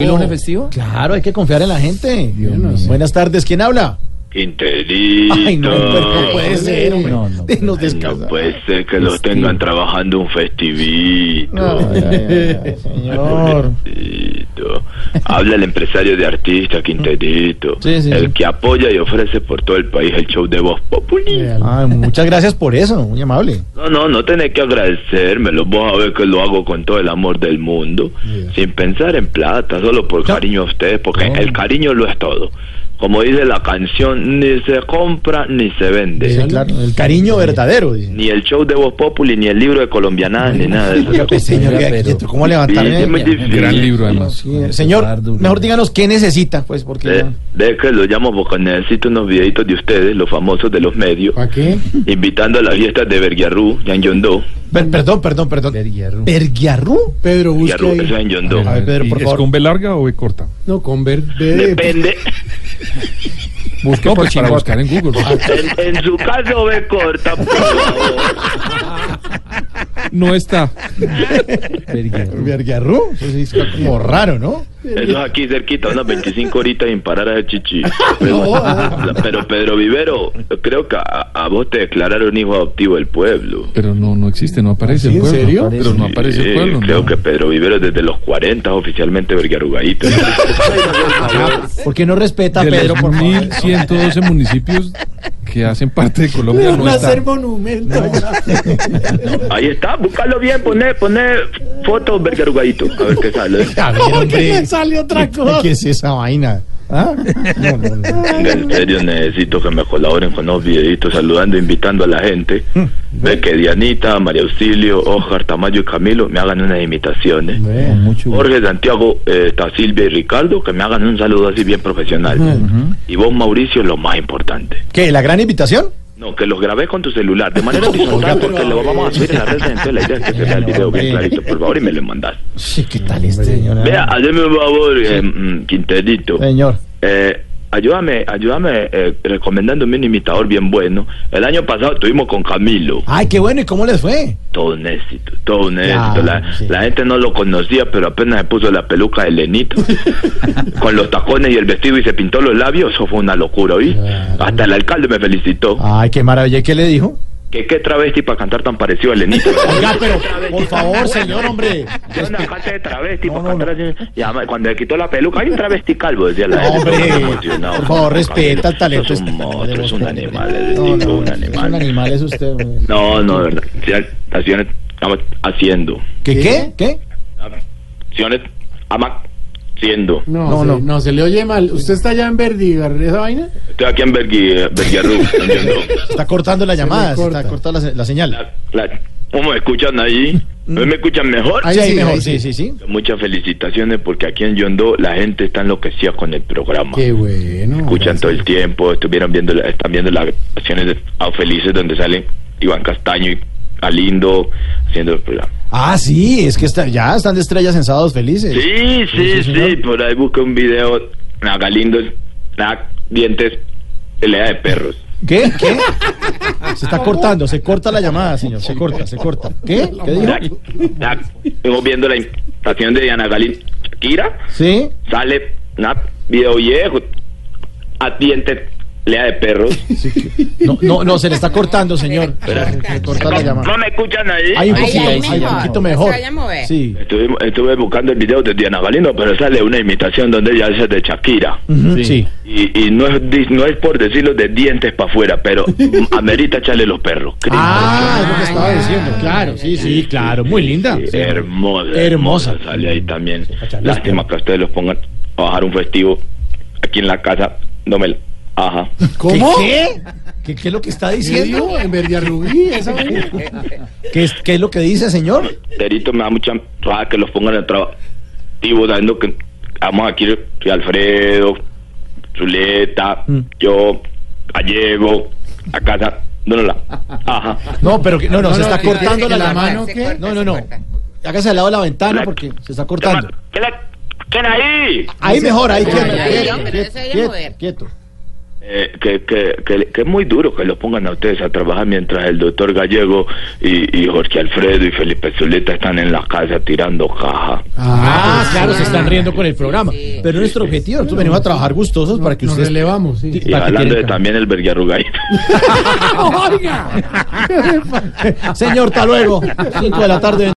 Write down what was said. ¿El lunes festivo? Claro, hay que confiar en la gente. Buenas tardes, ¿quién habla? Quinterito. Ay, no, hombre, no puede ser, hombre. No, no. Nos Ay, descansa. no puede ser que los tengan trabajando un festivito. Señor. Quinterito. Habla el empresario de artistas, Quinterito. Sí, sí, el sí. que apoya y ofrece por todo el país el show de voz populi. Ay, muchas gracias por eso, muy amable. No, no, no tenés que agradecérmelo. Vos a ver que lo hago con todo el amor del mundo, sin pensar en plata, solo por cariño a ustedes, porque el cariño lo es todo. Como dice la canción, ni se compra ni se vende. Sí, claro, el cariño verdadero. dice. Ni el show de Voz Populi, ni el libro de Colombiana, ni nada de eso. Pues, señor, Pero- ¿qué- ¿cómo Sí, es muy levantarme? difícil. Ah, Gran libro, además. Sí, eh, Señor, mejor díganos qué necesita, pues, porque... De, ya- de que lo llamo porque necesito unos videitos de ustedes, los famosos de los medios, ¿Para qué? invitando a las fiestas de Berguiarú, Yan Yondó. Per- Perdón, perdón, perdón. Berguiarru. ¿Berguiarru? Pedro, Berguiarú, eso es en Yondó. A ver, Pedro, por ¿Es favor. con B larga o B corta? No, con ver... B- Depende, Busque No, para, pues, China, buscar en Google. en, en su caso ve corta, por favor. No está. ¿Berguiarru? Eso sí es como raro, ¿no? Eso es aquí cerquita, unas 25 horitas sin parar a chichi. Pero, pero Pedro Vivero, creo que a, a vos te declararon hijo adoptivo del pueblo. Pero no, no existe, no ¿Sí, aparece el en pueblo. serio? Pero no aparece el Eh, pueblo. creo no. que Pedro Vivero desde los 40 es oficialmente vergarrugadito. ¿Por qué no respeta a de Pedro, los por favor? 1112 municipios que hacen parte de Colombia no Van a está. hacer monumento. Ahí está, búscalo bien, poné, poné foto vergarrugadito. A ver qué sale. A ver, ¿Por hombre, qué me sale otra cosa? ¿Qué es esa vaina? ¿Ah? No, no, no. Venga, En serio, necesito que me colaboren con unos videitos saludando, invitando a la gente. Ve que Dianita, María Auxilio, Oscar, Tamayo y Camilo me hagan unas imitaciones. Jorge, Santiago, eh, está Silvia y Ricardo, que me hagan un saludo así bien profesional. Y vos, Mauricio, lo más importante. ¿Qué? ¿La gran invitación? No, que los grabé con tu celular, de manera horizontal, porque lo vamos a subir en la red, entonces la idea es que se vea el video bien clarito, por favor, y me lo mandás. Sí, ¿qué tal este señor? Vea, hazme un favor, eh, mm, Quinterito. Señor. Eh, ayúdame, ayúdame eh, recomendándome un imitador bien bueno. El año pasado estuvimos con Camilo. Ay, qué bueno, ¿y cómo les fue? Todo un éxito, todo un éxito. Claro, la, sí. la gente no lo conocía, pero apenas se puso la peluca de Lenito, con los tacones y el vestido y se pintó los labios, eso fue una locura, ¿oí? Hasta el alcalde me felicitó. Ay, qué maravilla, ¿y qué le dijo? Que qué travesti para cantar tan parecido a Lenito. Oiga, pero, por favor, señor, hombre. Era una clase de travesti pues, para cantar así. Y además, cuando le quitó la peluca, hay un travesti calvo, decía la gente. Hombre, Estaba emocionado. por favor, respeta el talento. Es un este señor de monstruo, es un Boston. animal, es No, no, un Es un animal. animal, es usted. hombre. No, no, de verdad. Sí, acciones, estamos haciendo. ¿Qué, qué? ¿Qué? Acciones, ama, haciendo. No, No, se, no. no. se le oye mal. ¿Usted está allá en Verdigar, esa vaina? Estoy aquí en Bergui- Berguiarru, entiendo. Está cortando la llamada, se corta. está cortando la, la señal. La- la- ¿Cómo me escuchan ahí? ¿No me escuchan mejor? Sí, Mm. ahí sí, mejor, ahí sí, sí, sí. Muchas felicitaciones porque aquí en Yondo la gente está enloquecida con el programa. Qué bueno. Escuchan todo el tiempo, estuvieron viendo, la- están viendo las acciones de A Felices donde salen Iván Castaño y Alindo haciendo el programa. Ah, sí, es que está, ya están de estrellas en sábados felices. Sí, sí, sí, señor. por ahí busqué un video, a Galindo, a dientes, pelea de perros. ¿Qué? ¿Qué? Se está cortando, se corta la llamada, señor. Se corta, se corta. ¿Qué? ¿Qué dijo? Tac, tac. Estamos viendo la estación de Diana Galín Shakira. Sí. Sale una video viejo. Atiente lea de perros. No, no, no, se le está cortando, señor. Se corta la ¿No, llamada. me escuchan ahí? Hay un Ahí, poquito, ahí hay un mejor. poquito mejor. Se vaya a mover. Sí. Estuve, estuve buscando el video de Diana Galindo, pero sale una imitación donde ella hace de Shakira. Ujú, Sí. Y, y no, es, di- no es por decirlo de dientes para afuera, pero amerita echarle los perros. Cris. Ah, es lo que Ah, estaba ya, diciendo. ya, Claro, ya, sí, ya. sí, claro. Muy linda. Sí, Sí. hermosa, Hermosa. Sale ahí también. Lástima que ustedes los pongan a bajar un festivo aquí en la casa. No me la- Ajá. ¿Cómo? ¿Qué? ¿Qué, qué es lo que está ¿Qué diciendo? dijo? En Verdiarrubí, esa vaina. ¿Qué es, qué es lo que dice, señor? Terito me da mucha rabia que los pongan a trabajo. sabiendo que estamos aquí, soy Alfredo, Zuleta, Mm. yo, Gallego, a casa, no, no, la, ajá, No, pero que- no, no, se está que- cortando que la, la mano. mano, ¿qué? No, no, no. Hágase al lado de la ventana La- porque se está cortando. ¿Qué la- qué la ahí? Ahí mejor, ahí quieto. ay, quieto, hombre, quieto, no se vaya a quieto, mover. quieto. Eh, que, que, que, que es muy duro que lo pongan a ustedes a trabajar mientras el doctor Gallego y, y Jorge Alfredo y Felipe Zuleta están en la casa tirando caja. Ah, claro, se están riendo con el programa. Pero nuestro objetivo, nosotros venimos a trabajar gustosos para que Nos ustedes relevamos, sí. Y Para que hablando queden de caja. también el Berguerrugaito. Señor, hasta luego. 5 de la tarde.